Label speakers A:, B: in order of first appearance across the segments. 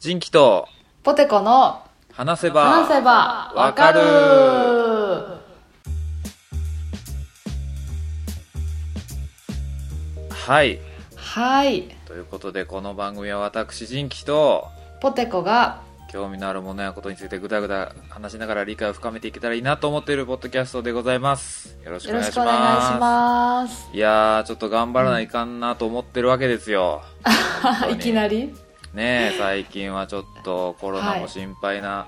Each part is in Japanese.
A: 人気と
B: ポテコの
A: 話せば
B: 話せばわかる
A: はい
B: はい
A: ということでこの番組は私人気と
B: ポテコが
A: 興味のあるものやことについてぐだぐだ話しながら理解を深めていけたらいいなと思っているポッドキャストでございますよろしく
B: よ
A: お願
B: ろ
A: いし
B: しくお願い
A: ます
B: します
A: いやーちょっと頑張らないかんなと思ってるわけですよ、本当に
B: いきなり、
A: ねえ最近はちょっとコロナ
B: は
A: も
B: い
A: 心配な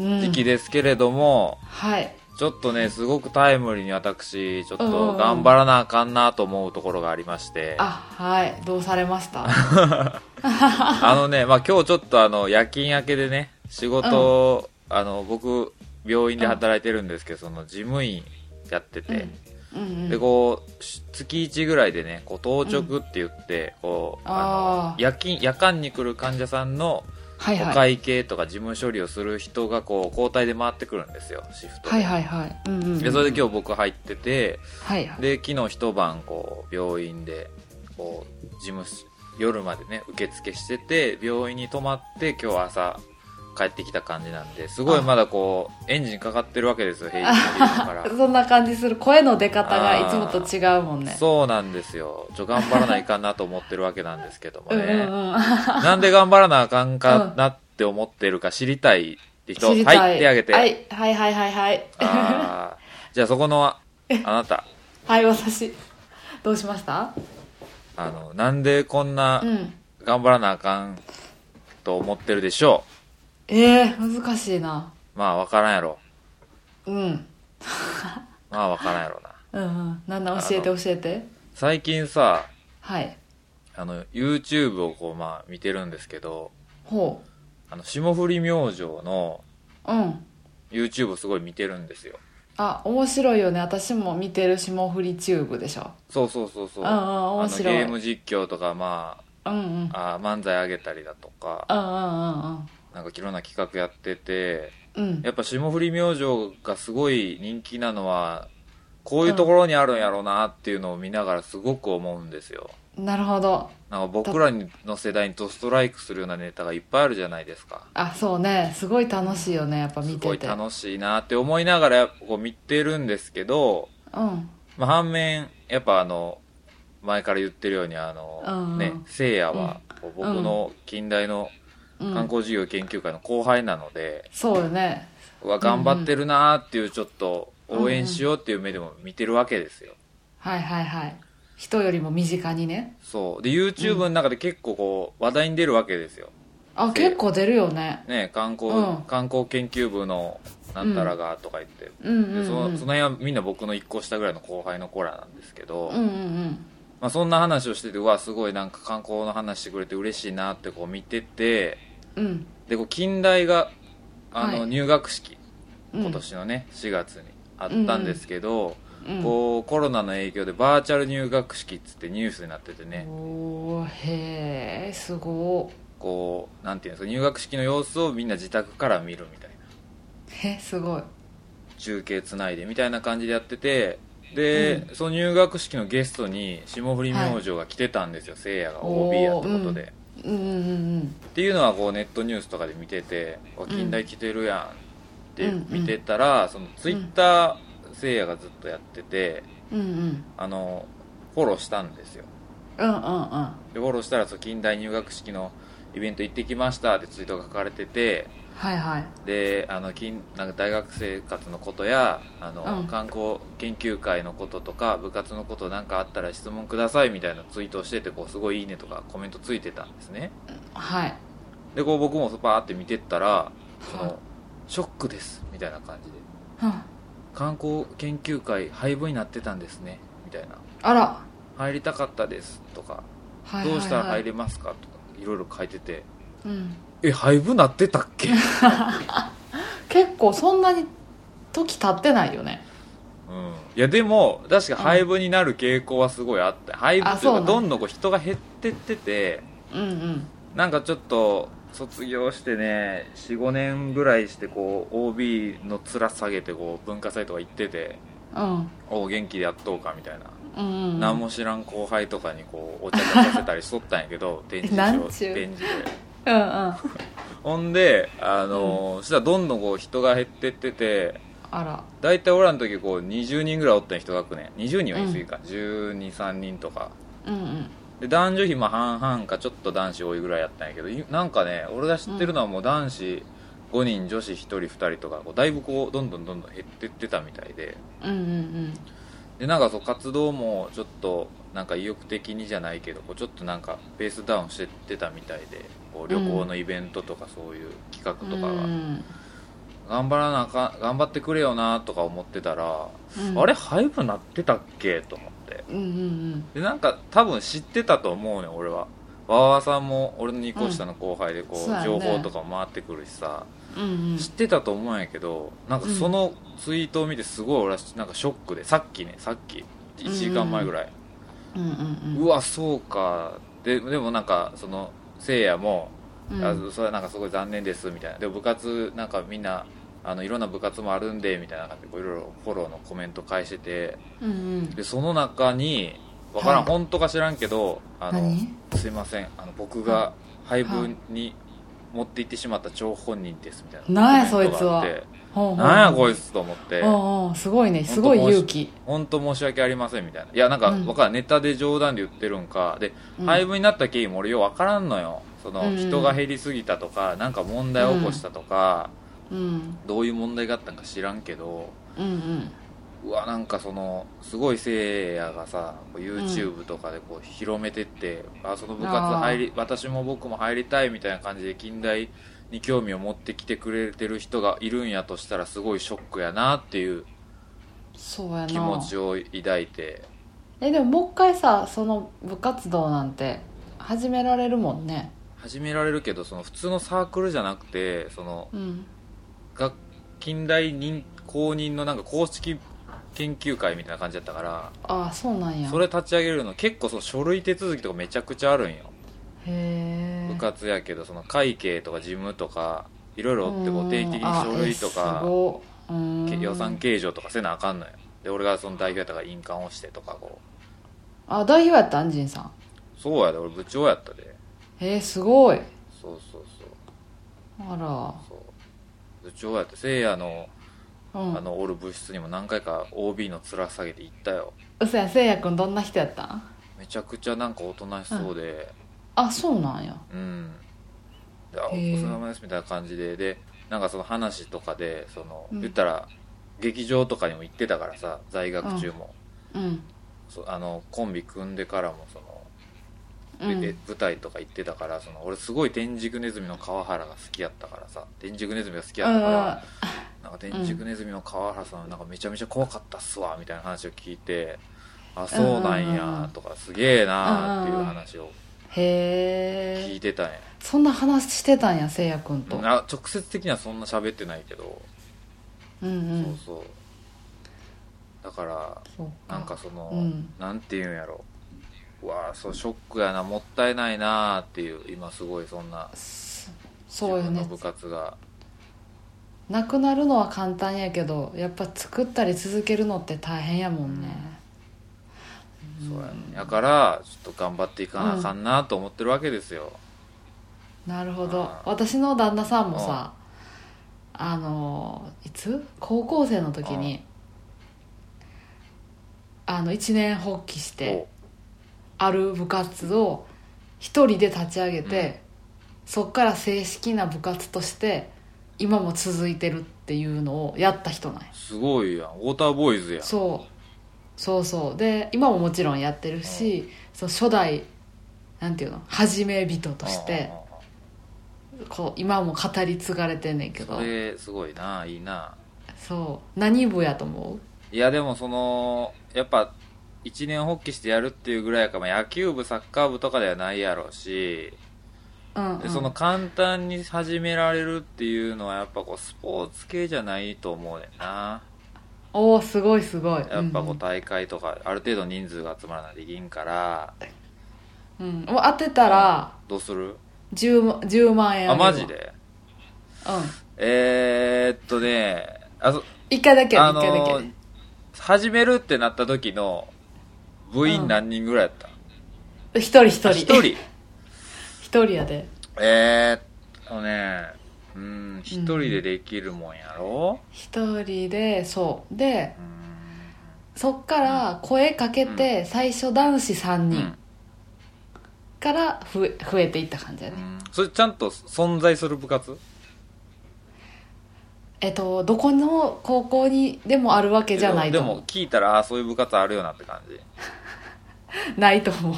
B: うん
A: 時期ですけれども、
B: はい
A: ちょっとねすごくタイムリーに私ちょっ
B: うんうんう
A: と
B: ん
A: 頑張らなあかんなと思うところがありまして、
B: あはいどうされ ました
A: あのね、まあ、今日ちょっとあの夜勤明けでね仕事、あの僕病院で働いてるんですけど、その事務員やってて、
B: うんうん
A: でこうし月1ぐらいでねこう当直って言って、こうあ
B: あ
A: の夜勤夜間に来る患者さんの
B: はい
A: お
B: はい
A: 会計とか事務処理をする人がこう交代で回ってくるんですよシフトで,、
B: はいはいはいうんうん
A: でそれで今日僕入ってて
B: はいはい
A: で昨日一晩こう病院でこう事務室夜までね受付してて病院に泊まって今日朝帰ってきた感じなんですごいまだこうエンジンかかってるわけ ですよ平日だから
B: そんな感じする声の出方がいつもと違うもんね
A: そうなんですよちょ頑張らないかんなと思ってるわけなんですけども
B: うんう
A: ね
B: んうん
A: なんで頑張らなあかんかなって思ってるか知りたいって人、
B: 知りたい
A: はい手あげて、
B: はいはいはいはいはい
A: あーじゃあそこ のああなた
B: はい私どうしました
A: あのなんでこんな
B: うん
A: 頑張らなあかんと思ってるでしょ
B: ええ難しいな
A: うまあわからんやろ
B: うん
A: まあわからんやろな
B: うんうんなんだ教えて教えて
A: 最近さ
B: はい
A: あの YouTube をこうまあ見てるんですけど
B: ほ
A: あの霜降り明星の
B: ううん
A: YouTube をすごい見てるんですよ
B: あ面白いよね私も見てる霜降りチューブでしょ
A: そうそうそうそう
B: うんうん面白い
A: あのゲーム実況とかま
B: うんうん
A: ああー漫才あげたりだとか
B: うんうん
A: なんかいろんな企画やってて
B: うんうん
A: やっぱ霜降り明星がすごい人気なのはこういうところにあるんやろうなっていうのを見ながらすごく思うんですよ
B: うんなるほど
A: なんか僕らの世代にドストライクするようなネタがいっぱいあるじゃないですか
B: あそうねすごい楽しいよねやっぱ
A: す
B: 見
A: ご
B: て
A: い
B: て
A: 楽しいなって思いながらこう見てるんですけど、
B: うん
A: まあ、反面やっぱあの前から言ってるようにあの、
B: うんうん
A: ねせいやはこう僕の近代の
B: うん
A: 観光事業研究会の後輩なので、
B: そうよね
A: うわ頑張ってるなーっていうちょっと応援しようっていう目でも見てるわけですよ、
B: はいはいはい人よりも身近にね
A: そうで YouTube の中で結構こう話題に出るわけですよ、
B: あ
A: せいや
B: 結構出るよね
A: ね、観光、
B: うん
A: 観光研究部のなんたらがとか言って、
B: うんうんう
A: で
B: ん
A: そのその辺はみんな僕の1個下ぐらいの後輩の子らなんですけど、
B: うんうん
A: まあ、そんな話をしててうわすごいなんか観光の話してくれて嬉しいなってこう見てて
B: うんうん
A: でこう近代があの
B: はい
A: 入学式、
B: うん
A: 今年のね4月にあったんですけど、
B: うん
A: こうコロナの影響でバーチャル入学式っつってニュースになっててね、
B: おーへえすご
A: こうなんていうんですか入学式の様子をみんな自宅から見るみたいな
B: ーへすごい
A: 中継つないでみたいな感じでやっててで、その入学式のゲストに霜降り明星が来てたんですよ、せいやが OB やってことで、
B: うんうんうん
A: っていうのはこうネットニュースとかで見てて「わ
B: ん
A: 近代来てるやん」って
B: うんうん
A: 見てたら、そのツイッター、せいやがずっとやってて
B: うんうんうん
A: あのフォローしたんですよ
B: うんうんうん
A: でフォローしたらその近代入学式のイベント行ってきましたってツイートが書かれてて
B: はいはい
A: であの近なんか大学生活のことやあの、
B: うん
A: 観光研究会のこととか部活のことなんかあったら質問くださいみたいなツイートをしててこうすごい「いいね」とかコメントついてたんですね
B: はい
A: でこう僕もパーって見てったらそ
B: はい
A: の「ショックです」みたいな感じで
B: うん
A: 「観光研究会廃部になってたんですね」みたいな
B: あら
A: 「入りたかったです」とか
B: は
A: 「
B: いはいはい
A: どうしたら入れますか?」とかいろいろ書いてて
B: うん
A: え廃部なってたっけう
B: 結構そんなに時経ってないよね
A: んいやでも確か廃部になる傾向はすごいあって廃部っ
B: あ
A: てい
B: そうう
A: か
B: なんだ
A: どんどんこう人が減ってってて
B: うんうん
A: なんかちょっと卒業してね45年ぐらいしてこう OB の面下げてこう文化祭とか行ってて
B: うん
A: お元気でやっとうかみたいな、
B: うんうん
A: 何も知らん後輩と かにこうお茶出させたりしとったんやけど展示
B: な
A: 場
B: んちゅう
A: 展示で
B: うんうん
A: ほんで、あのーそしたらどんどんこう人が減ってってて、
B: あら
A: 大体俺らの時こう20人ぐらいおったん人学年。20人は言い過ぎか。12、3人とか。
B: うんうん
A: で、男女比まあ半々かちょっと男子多いぐらいやったんやけど、いなんかね、俺が知ってるのはもう男子5人、女子1人、2人とか、こうだいぶこう、どんどんどんどん減ってってたみたいで。
B: うんうん
A: でなんかそう活動もちょっとなんか意欲的にじゃないけどこうちょっとなんかペースダウンしてってたみたいでこう旅行のイベントとかそういう企画
B: う
A: と
B: んう
A: かが、
B: ん
A: 頑張らなあかん頑張ってくれよなとか思ってたら、
B: うん
A: あれハイブなってたっけと思って
B: うんうん
A: でなんか多分知ってたと思うねん俺はわわさんも俺の2個下の後輩でこ
B: うん
A: う、
B: そうやね
A: 情報とかも回ってくるしさ、
B: うんうん
A: 知ってたと思うんやけどなんかそのツイートを見てすごい俺はなんかショックでさっきねさっき1時間前ぐらい、
B: うんうん
A: うわそうかででもなんかそのせいやも、
B: うん
A: あそれはなんかすごい残念ですみたいなで部活なんかみんなあのいろんな部活もあるんでみたいな感じでこういろいろフォローのコメント返してて
B: うんうん
A: でその中にわからん、
B: はい
A: 本当か知らんけどあの
B: 何
A: すいませんあの僕が配
B: は
A: 分に持って行ってしまった張本人ですみたいな
B: なんや
A: コメントがあっ
B: そい
A: て
B: ほうほう
A: なんやこいつと思って
B: うんうんすごいねすごい勇気
A: 本当申し訳ありませんみたいないやなんか
B: うん
A: わからんネタで冗談で言ってるんかで
B: うん
A: 廃部になった経緯も俺よう分からんのよその、
B: うん
A: 人が減りすぎたとかなんか問題を起こしたとか、
B: うん
A: どういう問題があったんか知らんけど
B: うんうん
A: うわなんかそのすごいせいやがさこう YouTube とかでこう広めてって、あその部活入り私も僕も入りたいみたいな感じで近代に興味を持ってきてくれてる人がいるんやとしたらすごいショックやなっていう
B: そうやな
A: 気持ちを抱いて
B: えでももう一回さその部活動なんて始められるもんね
A: 始められるけどその普通のサークルじゃなくてその
B: うん
A: 学近代認公認のなんか公式研究会みたいな感じだったから
B: ああそうなんや
A: それ立ち上げるの結構その書類手続きとかめちゃくちゃあるんよ
B: へえ
A: 部活やけどその会計とか事務とかいろいろおってこ
B: う
A: うん定期的に書類と
B: あえす
A: か
B: ごいうん
A: け予算計上とかせなあかんのよで俺がその代表やったから印鑑をしてとかこ
B: あ代表やったんじんさん
A: うそうやで俺部長やったで
B: へえすごい
A: そうそうそう
B: あ
A: そう部長やってせいやの
B: らうん
A: あのおる部室にも何回か OB の面下げて行ったよ
B: うそやせいやくんどんな人やったん
A: めちゃくちゃなんかおとなしそうで、
B: あそうなんや
A: うん、であお
B: へえ
A: 疲れ様ですみたいな感じででなんかその話とかでその、
B: うん
A: 言ったら劇場とかにも行ってたからさ在学中も、
B: うん
A: そあのコンビ組んでからもその、
B: う
A: でで
B: ん
A: 舞台とか行ってたからその俺すごい天竺ネズミの川原が好きやったからさ天竺ネズミが好きやったから、なんか天竺ネズミの川原さんなんかめちゃめちゃ怖かったっすわみたいな話を聞いて。あそうなんやとかすげえなーっていう話を
B: へ
A: 聞
B: え
A: いてたんや
B: そんな話してたんやせいやくんと
A: な直接的にはそんな喋ってないけど、
B: うんうん
A: そうそうだから
B: そう
A: なんかその、
B: うん
A: なんていうんやろうわあそうショックやなもったいないなあっていう今すごいそんな
B: そ
A: 自
B: そうよ
A: 分の
B: ね
A: 部活が
B: なくなるのは簡単やけどやっぱ作ったり続けるのって大変やもんね
A: そう,、やねだからちょっと頑張っていかなあかんなと思ってるわけですよ、
B: なるほど
A: あー
B: 私の旦那さんもさあのいつ高校生の時にあの一年発起して
A: こ
B: ある部活を一人で立ち上げて、そっから正式な部活として今も続いてるっていうのをやった人なんや
A: うすごいやんウォーターボーイズやん
B: そうそうそうで今ももちろんやってるし、そう初代なんていうの始め人とし
A: う
B: て
A: んうんうん
B: こう今も語り継がれてんねんけど
A: それすごいないいな
B: そう何部やと思
A: いやでもそのやっぱ一年発起してやるっていうぐらいやから、まあ、野球部サッカー部とかではないやろうし
B: う、うんうん、
A: でその簡単に始められるっていうのはやっぱこうスポーツ系じゃないと思うねんな
B: おおすごいすごい
A: やっぱこ
B: う
A: うん大会とかある程度人数が集まらないといけんから
B: うん、もう当てたら
A: どうする
B: 10, 万10万円
A: あ
B: げるわ
A: マジで
B: うん
A: えー、っとねあそ
B: 一回だけ
A: あ
B: 一
A: の
B: 回だけ、
A: ー始めるってなった時の部員何人ぐらいやった、
B: 一人一人
A: あ一人
B: 一人やで
A: えー、っとねうん一人でできるもんやろ
B: 一人でそうで
A: うん
B: そっから声かけて最初男子3人から増え増えていった感じや
A: う
B: ね、
A: んそれちゃんと存在する部活
B: えっとどこの高校にでもあるわけじゃない
A: で
B: と
A: も
B: 思
A: でも聞いたらああそういう部活あるよなって感じ
B: うないと思う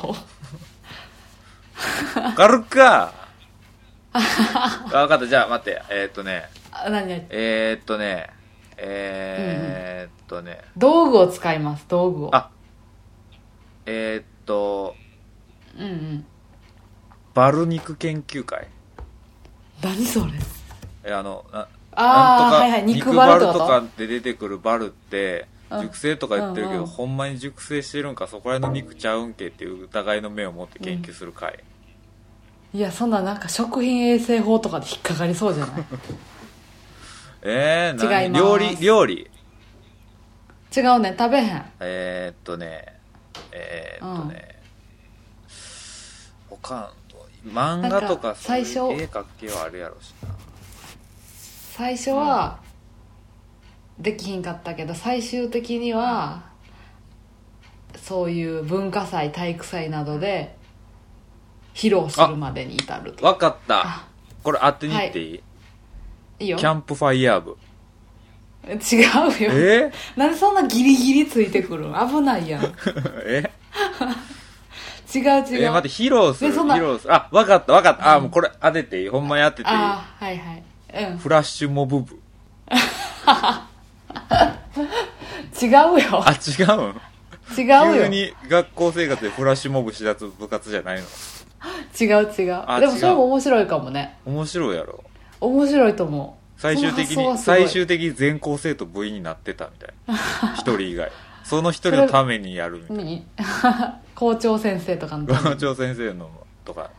A: わかる かあ分かったじゃあ待ってえーっとね
B: あ何何
A: えーっとねえーっとね
B: 道具を使います道具を
A: あえーっと
B: うんうん
A: バル肉研究会
B: 何それ
A: えあのななん
B: あ
A: と
B: あ
A: か
B: はいはい肉
A: 肉
B: バ
A: バ
B: ル
A: ル
B: と
A: と
B: こと
A: かって出てくるバルって
B: うん
A: 熟成とか言ってるけ
B: うんう
A: ど
B: ん
A: ほんまに熟成してるんかそこら辺の肉ちゃうんけっていう疑いの目を持って研究する会
B: いやそんななんか食品衛生法とかで引っかかりそうじ ゃない
A: えー
B: 違
A: 何
B: います
A: 料理料理
B: 違うね食べへん
A: えー、っとねえー、っとね、他漫画と
B: な
A: か
B: んか
A: そういう
B: 最初
A: 絵描きはあるやろしな
B: 最初はできひんかったけど最終的にはそういう文化祭体育祭などで披露するまでに至ると
A: わかった
B: あ
A: これ当てに行っていい、
B: いいよ
A: キャンプファイヤー部
B: 違うよ
A: え ー、
B: なんでそんなギリギリついてくるん危ないやん違
A: え
B: う
A: え
B: 違
A: 待っ
B: う
A: て披露する
B: でそんな
A: 披露するあわかったわかったあもうこれ当てていいほんまに当てていい
B: ああはいはいうん
A: フラッシュモブ部
B: 違うよ
A: あ違うん
B: 違うよ
A: 急に学校生活でフラッシュモブしだつ部活じゃないの
B: 違う違
A: あ
B: うでも
A: 違う
B: それも面白いかもね
A: 面白いやろ
B: 面白いと思う
A: 最終的
B: その
A: に
B: 発想はすごい
A: 最終的に全校生徒部員になってたみたい な一人以外その一人のためにやるみたい
B: 何 校長先生とかのため
A: な
B: に
A: 校長先生のとか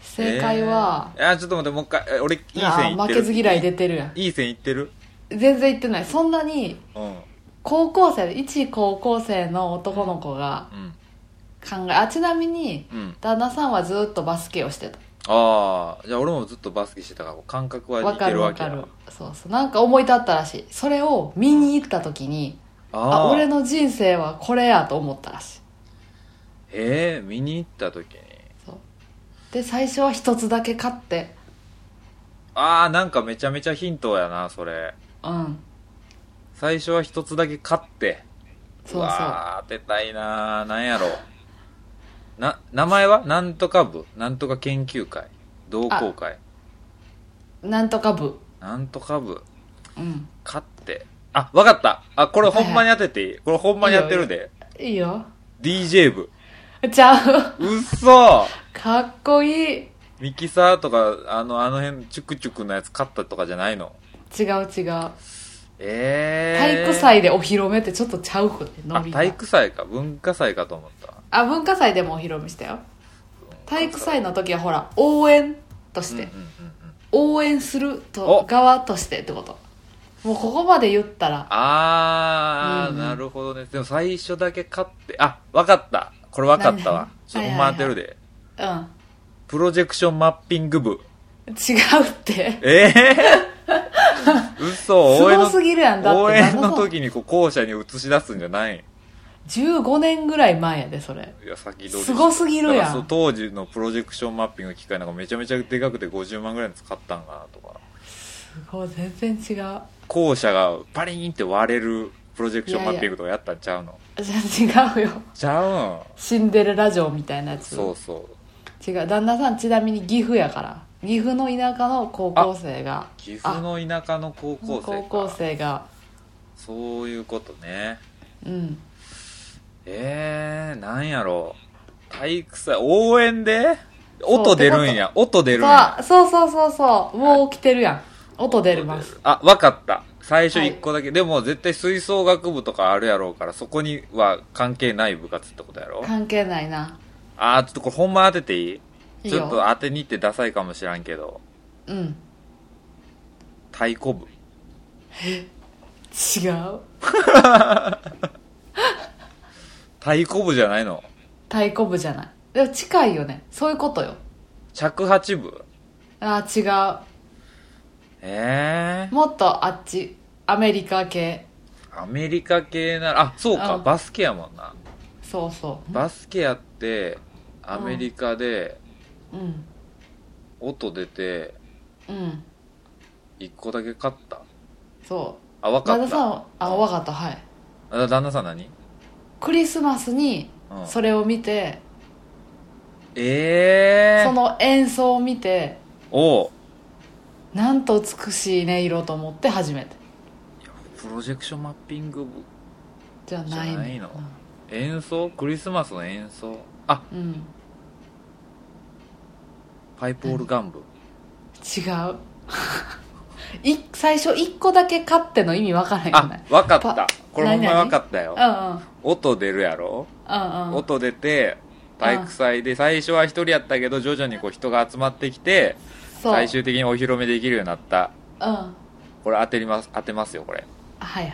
B: 正解は、
A: えーあちょっと待ってもう一回え俺いい
B: あ
A: 線い
B: ー
A: って
B: 負
A: る
B: けず嫌い出てるやん
A: いい線いってる
B: 全然言ってないそんなに
A: うんうん
B: 高校生一高校生の男の子が考えあちなみに
A: うん
B: 旦那さんはずっとバスケをしてた
A: ああじゃあ俺もずっとバスケしてたから感覚は
B: わ
A: 似
B: か
A: て
B: る
A: る
B: わ
A: わけ
B: か
A: や
B: るそうそうなんか思い立ったらしいそれを見に行った時に
A: あ
B: あ
A: あ
B: 俺の人生はこれやと思ったらしい
A: えー、見に行った時に
B: そうで最初は一つだけ買って
A: ああなんかめちゃめちゃヒントやなそれ
B: うん
A: 最初は一つだけ買って
B: そうそう
A: わー当てたいなーなんやろな名前はなんとか部なんとか研究会同好会
B: なんとか部
A: なんとか部
B: うん
A: 買ってあわかったあこれほんまに当てていい、これほんまにやってるで
B: いいよ
A: DJ 部
B: ちゃう
A: うっそ
B: かっこいい違
A: ミキサーとかあのあの辺チュクチュクのやつ買ったとかじゃないの
B: う違う
A: ええー、
B: 体育祭でお披露目ってちょっとちゃうくね伸
A: あ
B: びが
A: 体育祭か文化祭かと思った
B: あ文化祭でもお披露目したよ体育祭の時はほら応援として、
A: うんうんうんうん
B: 応援する
A: お
B: と側としてってこともうここまで言ったら
A: あー、
B: うんうん
A: なるほどね。でも最初だけ勝って、あ、わかった。これわかったわ。ちょっ
B: 何
A: とほ
B: 々
A: んま当てるで、
B: うん
A: プロジェクションマッピング部。
B: 違うって
A: え ぇ、嘘、
B: す
A: 応援
B: ご
A: の
B: すぎるやんだって
A: 応援の
B: 旦那
A: 時にこう校舎に映し出すんじゃない
B: さん15年ぐらい前やでそれ
A: いや、先取りして。
B: すごすぎる
A: だか
B: や
A: らそうん当時のプロジェクションマッピングの機械なんかめちゃめちゃでかくて50万ぐらいの使ったんかなとか。
B: すごい全然違う
A: 校舎がパリーンって割れるプロジェクションマッピングとかやったんちゃうの
B: じゃあ違うよ
A: ちゃうん
B: シンデレラ城みたいなやつ
A: そうそう。
B: 違う旦那さんちなみに岐阜やから岐阜の田舎の高校生が
A: 岐阜の田舎の高校生か
B: 高校生が
A: そういうことね
B: うん
A: えー、なんやろ体育祭応援で音出るんや音出るんや
B: さあそうそうそうそうもう起きてるやん音出るます
A: あわかった最初
B: はい
A: 1個だけ、でも絶対吹奏楽部とかあるやろうからそこには関係ない部活ってことやろ
B: 関係ないな
A: あーちょっとこれほんま当てていい
B: いい
A: ち
B: よ
A: ょっと当てに行ってダサいかもしらんけど
B: うん
A: 太鼓部
B: 違う
A: 太鼓部じゃないの
B: 太鼓部じゃないでも近いよねそういうことよ
A: 着八部
B: ああ違う
A: え
B: もっとあっちアメリカ系
A: ー、アメリカ系なら、あ、そうか、
B: うん
A: バスケやもんな。
B: そうそう
A: バスケやって、アメリカで、
B: うん
A: 音出て、
B: うん
A: 一個だけ勝った。
B: そ
A: あ、わ
B: う旦
A: か
B: 那
A: っ
B: さん
A: た。
B: はあ分かったはい
A: あ旦那さん何
B: クリスマスに
A: うん
B: それを見て、
A: ええ
B: そ
A: ー、
B: の演奏を見て
A: おう
B: なんと美しい音色と思って初めて
A: プロジェクションマッピング部、
B: じゃない
A: じゃないの演奏クリスマスの演奏。あ、
B: うん、うん違う
A: パイプオールガン部。
B: い最初1個だけ買っての意味分からへんよ
A: あ
B: ね、
A: わかっ
B: パ
A: た。これほんま
B: 何々
A: わかったよ
B: う。んうん
A: 音出るやろ
B: うんうん
A: 音出て、体育祭で、最初は一人やったけど、徐々にこう人が集まってきて、
B: そう
A: 最終的にお披露目できるようになった。
B: うんは
A: これ当てります、当てますよ、これ。
B: いはい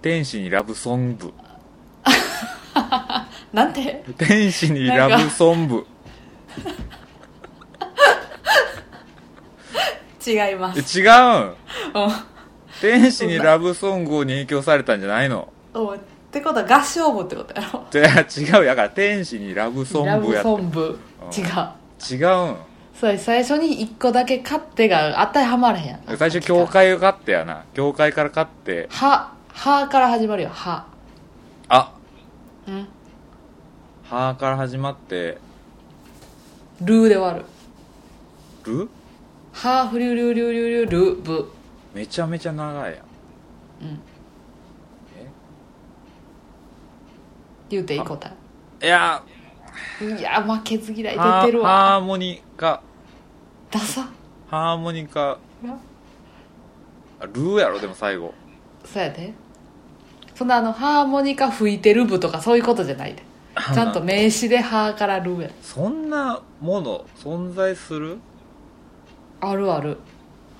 A: 天使にラブソング
B: なんて
A: 部。天使にラブソング
B: 違います
A: え違 うん
B: う
A: 天使にラブソングに影響されたんじゃないの
B: んうんってことは合唱部ってことやろ
A: じゃあ違うやから天使にラブソ
B: ラ
A: ング
B: ブ
A: や
B: ソンブ
A: うん
B: 違う
A: 違うん
B: そう最初に1個だけ買ってが当てはまれへんやんな
A: 最初教会を買ってやな教会から買って
B: ははから始まるよは
A: あ
B: うん
A: はーから始まって
B: ルーで終わる
A: る
B: はフリュリュリュリュリュルブ
A: めちゃめちゃ長いやん
B: うん
A: え
B: 言うていい答
A: いや
B: えいや負けず嫌い
A: ー
B: 出
A: は
B: てるわ
A: ハーモニカ
B: ダサ
A: ハーモニカあルーやろでも最後
B: そうやでそんなあのハーモニカ吹いてる部とかそういうことじゃないでちゃんと名詞で「は」から「る」や
A: そんなもの存在する
B: あるある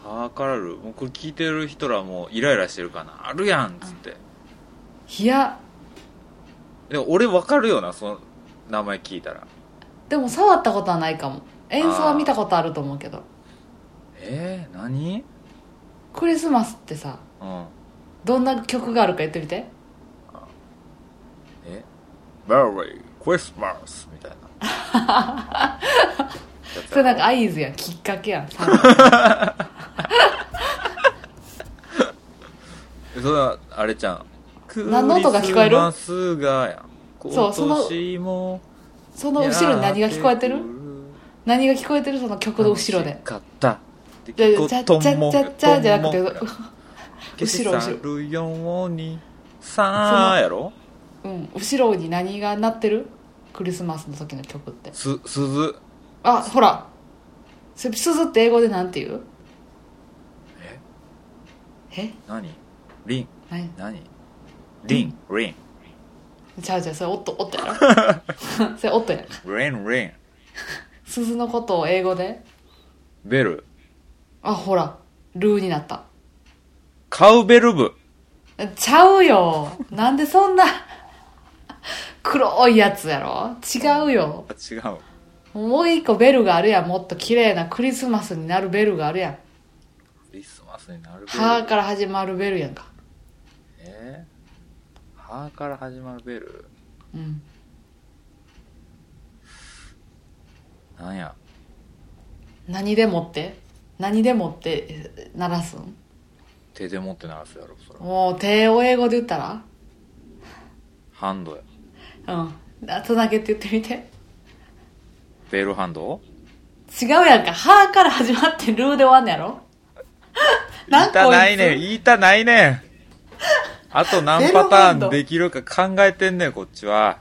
A: はーからるもうこれ聞いてる人らもうイライラしてるかなあるやんっつって
B: いや
A: でも俺わかるよなその名前聞いたら
B: でも触ったことはないかも演奏は見たことあると思うけど
A: えー、何
B: クリスマスってさ
A: うん
B: どんな曲があるか言ってみて
A: えメリークリスマスみたいなやつ
B: それなん
A: やろ
B: か合図やんきっかけや ん
A: それはあれちゃんク
B: 何の音が聞こえる
A: リスマスがやん
B: そうその
A: 今年も
B: その後ろに何が聞こえて
A: やって
B: る
A: く
B: 何が聞こえてるその曲の後ろ
A: 楽
B: で
A: しかった
B: でチャッチャッチャッチャじゃなくて後ろ
A: 消し去るようにさあやろ
B: うん後ろに何が鳴ってるクリスマスの時の曲って
A: す鈴
B: あほらす鈴って英語でなんて言う
A: え
B: え
A: 何リン
B: 何
A: 何リンリン
B: ちゃうちゃうそれ音音やろ それ音や
A: リンリン
B: 鈴のことを英語で
A: ベル
B: あほらルーになった
A: カウベル部
B: ちゃうよなんでそんな黒いやつやろ違うよ
A: あ違う
B: もう一個ベルがあるやんもっと綺麗なクリスマスになるベルがあるやん
A: クリスマスになるベル
B: はーから始まるベルやんか
A: えーはーから始まるベル
B: うん
A: なんや
B: 何でもって何でもってえ鳴らすん
A: 手で持って鳴らすやろそれ
B: もう手を英語で言ったら
A: ハンドや
B: うんあとだけって言ってみて
A: ベルハンド
B: 違うやんか「は」から始まってルーで終わんのやろ
A: 言いたない
B: こ
A: ねん
B: い
A: 言いたないねんあと何パターンできるか考えてんねんこっちは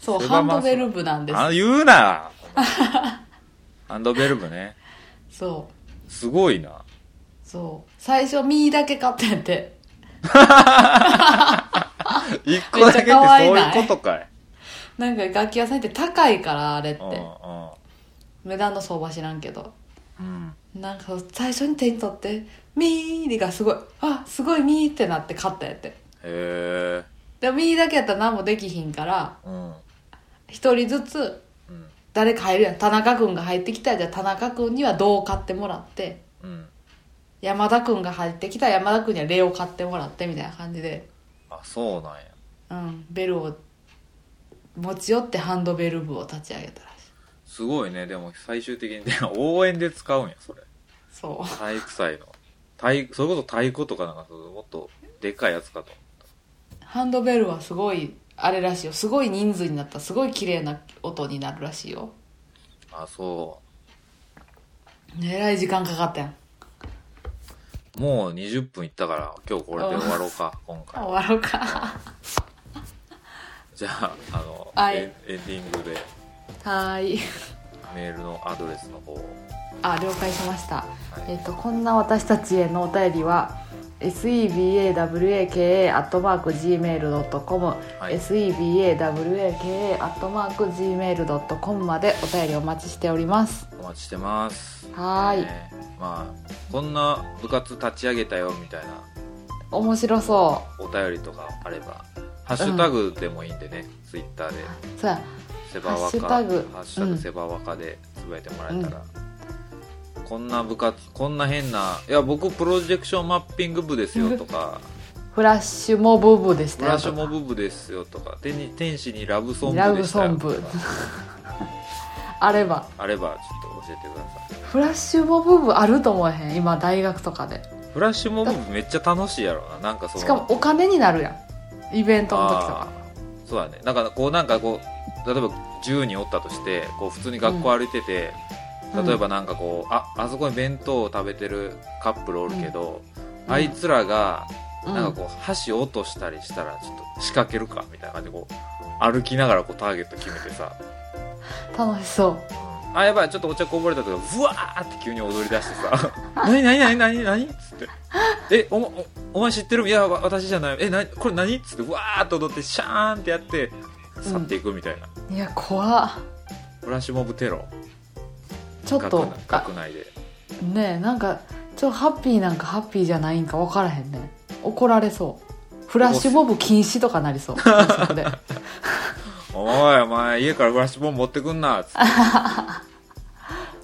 B: つそう
A: 狭
B: ハン
A: ま
B: ド
A: す
B: ベル部なんで
A: あ言うなハンドベルブね
B: すそう
A: すごい な
B: そう最初ミーだけ買ってんて
A: 一個だけってそういうことかい
B: なんか楽器屋さんって高いからあれって
A: うんうん
B: 値段の相場知らんけど
A: うん
B: なんか最初に手に取って「ミー」がすごい「あすごいミー」ってなって買ったんやって
A: へえ
B: でもミーだけやったら何もできひんから
A: うん
B: 一人ずつ
A: うん
B: 誰か入るやん田中君が入ってきたらじゃあ田中君にはどう買ってもらって
A: うん
B: 山田君が入ってきた山田君には礼を買ってもらってみたいな感じで、
A: あそうなんや
B: うん、ベルを持ち寄ってハンドベル部を立ち上げたらしい
A: すごいねでも最終的にで 応援で使うんやそれ
B: そ
A: 体育祭の体育それこそ太鼓とかなんかそういうもっとでかいやつかと
B: うハンドベルはすごいあれらしいよすごい人数になったらすごい綺麗な音になるらしいよ
A: あそ
B: えらい時間かかったやん
A: うもう20分いったから今日これで終わろうか今回
B: 終わろう か
A: じゃああの、
B: はい
A: エンエンディングで
B: はーい
A: メールのアドレスの方を
B: あ了解しました
A: はい
B: えっと、こんな私たちへのお便りは sebawaka.gmail.com、
A: はい
B: sebawaka.gmail.com までお便りお待ちしております
A: お待ちしてます
B: はーい
A: ねまあこんな部活立ち上げたよみたいな
B: 面白そ
A: お便りとかあればハッシュタグでもいいんでね、ツイッターで
B: うそうや
A: セバワ
B: ハッシ
A: カ
B: ュタグ
A: ハッシュタ
B: う
A: グ
B: ん
A: セバワカでつぶやいてもらえたら、こんな部活こんな変ないや僕プロジェクションマッピング部ですよと か
B: フラッシュモブブでし
A: フ
B: たよ
A: ラ
B: と
A: ッシ
B: か
A: ュモブ部ですよとか天に天使にラブソン
B: ラ
A: グ
B: ブ
A: でした
B: ソ
A: よ
B: ン
A: と
B: ブ
A: か
B: あれば
A: あればちょっと教えてくださ
B: フラッシュモブブあると思えへん今大学とかで
A: いフラッシュモブ部めっちゃ楽しいやろななんかその
B: しかもお金になるやんイベントの時と
A: あ
B: か
A: ーそうだねだからこうなんかこう例えば10人おったとしてこう普通に学校歩いてて、
B: うん
A: 例えばなんかこうああそこに弁当を食べてるカップルおるけど、
B: うん
A: あいつらが
B: うん
A: なんかこう箸落としたりしたらちょっと仕掛けるかみたいな感じでこう歩きながらこうターゲット決めてさ
B: 楽しそう
A: あやばいちょっとお茶こぼれたとかふわーって急に踊り出してさ 「何何何何何?」っつって「えおおお前知ってるいやわ私じゃないえなこれ何?」っつってわーっと踊ってシャーンってやって去っていくみたいな、
B: いや怖っ
A: フラッシュモブテロ
B: ちょっ
A: 学
B: と
A: 内学内で
B: あねえなんかちょっとハッピーなんかハッピーじゃないんか分からへんね怒られそうフラッシュモブ禁止とかなりそうそこで
A: 「おいお前家からフラッシュモブ持ってくんな」っつって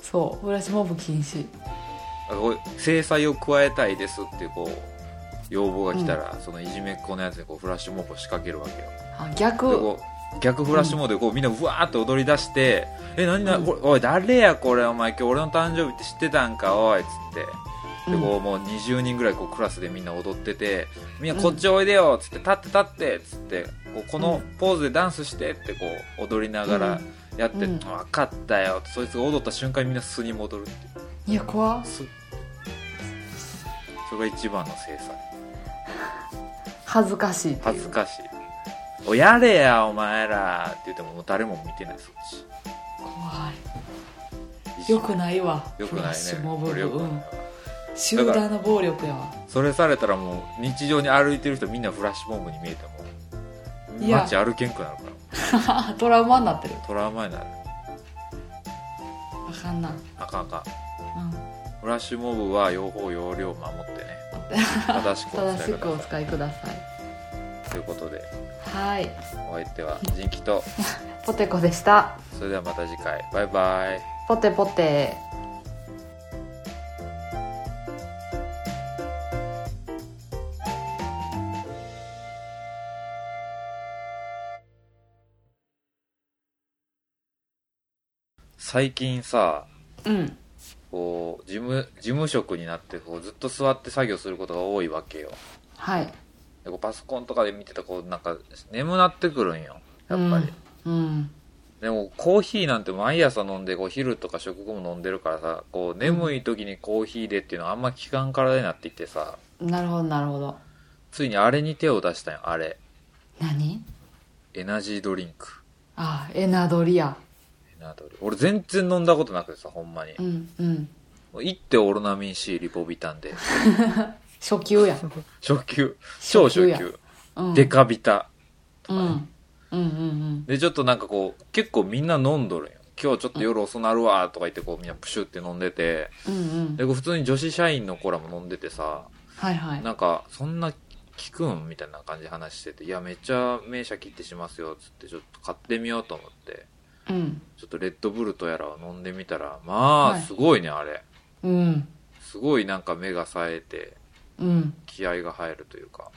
B: そうフラッシュモブ禁止
A: こう制裁を加えたいですっていうこう要望が来たら、そのいじめっ子のやつにこうフラッシュモブを仕掛けるわけよ
B: あ
A: で
B: 逆
A: こう逆フラッシュモードでこう、みんなうわーって踊り出して「え何な
B: うん
A: これおい誰やこれお前今日俺の誕生日って知ってたんかおい」っつってでこうもう20人ぐらいこうクラスでみんな踊ってて「みんなこっちおいでよ」っつって「立って立って」っつってこうこのポーズでダンスしてってこう踊りながらやって「
B: うんうん
A: 分かったよ」ってそいつが踊った瞬間みんな素に戻るっていう
B: いや怖っ
A: 素それが一番の制裁
B: 恥ずかしいってい
A: 恥ず
B: う
A: かしい「おやれやお前ら」って言ってももう誰も見てないそっち
B: 怖いよく
A: い
B: ないわ
A: よく
B: フ
A: ない
B: ラッ
A: ね
B: シュモブ
A: これよく
B: う
A: ない
B: ん
A: わ
B: 集団の暴力やわ
A: それされたらもう日常に歩いてる人みんなフラッシュボンブに見えても
B: いや
A: 街歩けんくなるから
B: トラウマになってる
A: トラウマになる
B: あかんなうん
A: あかんあかんフラッシュモブは用法用量を守ってね正しくお伝
B: 正
A: え
B: し
A: く
B: くお
A: ださ
B: 使いください
A: いということで
B: はい
A: お相手は人気と
B: ポテコでした
A: それではまた次回バイバイ
B: ポテポテ
A: 最近さ
B: うん
A: こう事務事務職になってこうずっと座って作業することが多いわけよ
B: はい
A: でこうパソコンとかで見てたらこうなんか眠なってくるんよやっぱり、
B: うん、うん
A: でもコーヒーなんて毎朝飲んでこう昼とか食後も飲んでるからさこう眠い時にコーヒーでっていうのはあんま効かん体になっていってさ
B: なるほどなるほど
A: ついにあれに手を出したんよあれ
B: 何
A: エナジードリンク
B: あエナドリア
A: エナドリ俺全然飲んだことなくてさほんまに
B: うんうん
A: もう行ってオロナミン C リポビタン で
B: 初級や、
A: 初級超初級
B: 初級うん、
A: デカビタ
B: うん、うんうんうん
A: でちょっとなんかこう結構みんな飲んどるんよ今日ちょっと夜遅なるわとか言ってこうみんなプシュって飲んでて
B: うんうん
A: でこう普通に女子社員の子らも飲んでてさ
B: はいはい
A: なんか、そんな効くんみたいな感じで話してて、いや、めっちゃ名車切ってしますよ、つって、ちょっと買ってみようと思って、
B: うん
A: ちょっとレッドブルとやらを飲んでみたら、まあ、
B: はい
A: すごいね、あれ。
B: うん
A: すすごいなんか目が冴えて
B: うん
A: 気合が入るというか、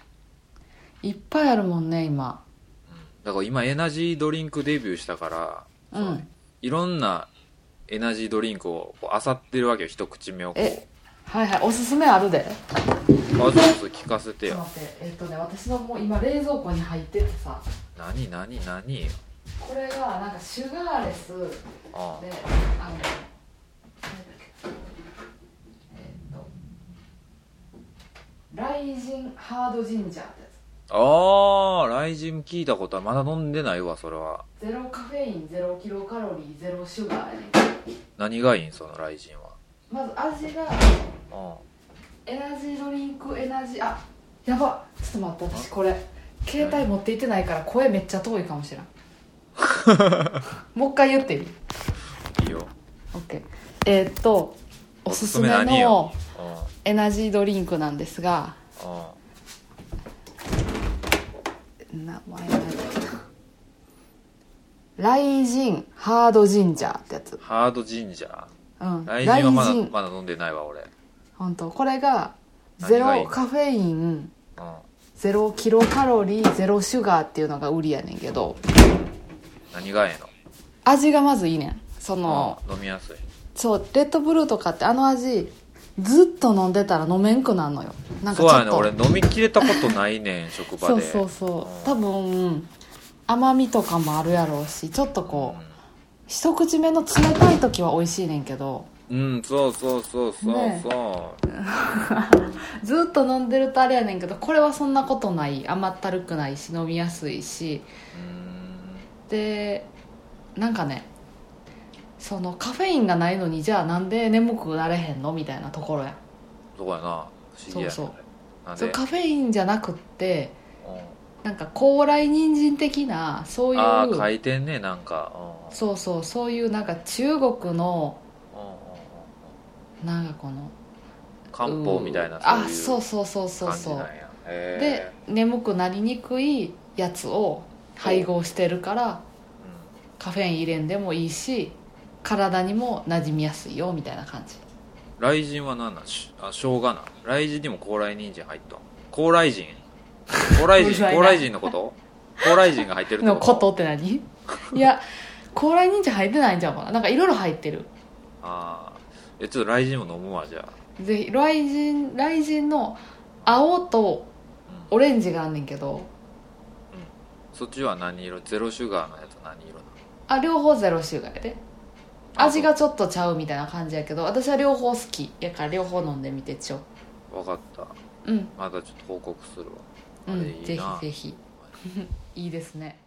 B: いっぱいあるもんね今
A: うん、だから今エナジードリンクデビューしたから、
B: う
A: その
B: ん
A: いろんなエナジードリンクをこう漁ってるわけよ一口目をこ
B: え
A: う
B: はいはいおすすめあるで
A: まずちょっと聞かせて
B: ちょっと
A: よ
B: 待ってえっとね私のもう今冷蔵庫に入っててさ
A: 何何何よ
B: これがなんかシュガーレスで
A: ああ
B: あのなんだっけえっとライジンハードジンジャーってや
A: あーライジン聞いたことはまだ飲んでないわそれは
B: つゼロカフェインゼロキロカロリーゼロシュガーやねん
A: 何がいいんそのライジンは
B: まず味が
A: あ
B: エナジードリンクエナジーあやばちょっと待って私これ携帯持っていってないから声めっちゃ遠いかも しれんもう一回言っていい
A: あいいよ
B: OK えーっとおすすめ
A: おすすめ何
B: の
A: ようんうん
B: エナジードリンクなんですが名前なんだっけなライジンハードジンジャーってやつ
A: ハードジンジャ
B: うん
A: ーライジンはまだ
B: ライジン
A: まだ飲んでないわ俺うん
B: 本当これがゼ
A: 何がいい
B: ロカフェインゼロキロカロリーゼロシュガーっていうのが売りやねんけど
A: 何がええの
B: 味がまずいいねんその
A: うん飲みやすい
B: そうレッドブルーとかってあの味ずっと飲んでたら飲めんくなるのよなんかち
A: そう
B: ょっ
A: やね
B: と
A: 俺飲みきれたことないね ん職場
B: そう
A: で
B: そうそう多分甘みとかもあるやろうしちょっとこう一口目の冷たい時は美味しいねんけど
A: うん、うん、そうそうそうそうそう、
B: ねずっと飲んでるとあれやねんけどこれはそんなことない甘ったるくないし飲みやすいし
A: うん
B: でなんかねそのカフェインがないのにじゃあなんで眠くなれへんのみたいなところや
A: そうやな不思議やね
B: そうそう
A: なん
B: そ
A: で
B: うカフェインじゃなくって
A: うん
B: なんか高麗人参的なそうい
A: ああ書
B: う
A: いてんねなんかうん
B: そうそうそういうなんか中国の
A: うんうんうん
B: なんかこの
A: 漢方みたいな
B: うんあ
A: そ
B: そううそうそう
A: い
B: そうう
A: 感じ
B: そ
A: なん
B: う
A: や
B: で
A: へ
B: 眠くなりにくいやつを配合してるから
A: え
B: カフェイン入れんでもいいし体にも馴染みやすいよみたいな感じ
A: 雷神は何なんしあ生姜なん雷神にも高麗人参入ったん高麗人高麗
B: うる
A: 人
B: さいな
A: 高麗人のこと高麗人が入ってるって
B: の
A: こと
B: ことって何いや高麗人参入ってないんじゃんかななんかいろいろ入ってる
A: ああえちょっと雷神も飲むわじゃあ
B: ぜひ雷神雷神の青とオレンジがあんねんけど
A: そっちは何色ゼロシュガーのやつ何色なの
B: あ両方ゼロシュガーやで
A: あ
B: 味がちょっとちゃうみたいな感じやけど私は両方好きやから両方飲んでみてちょ
A: 分かった
B: うん
A: またちょっと報告するわ
B: う
A: あ
B: ん
A: れいい
B: ぜ
A: な
B: ひぜひ いいですね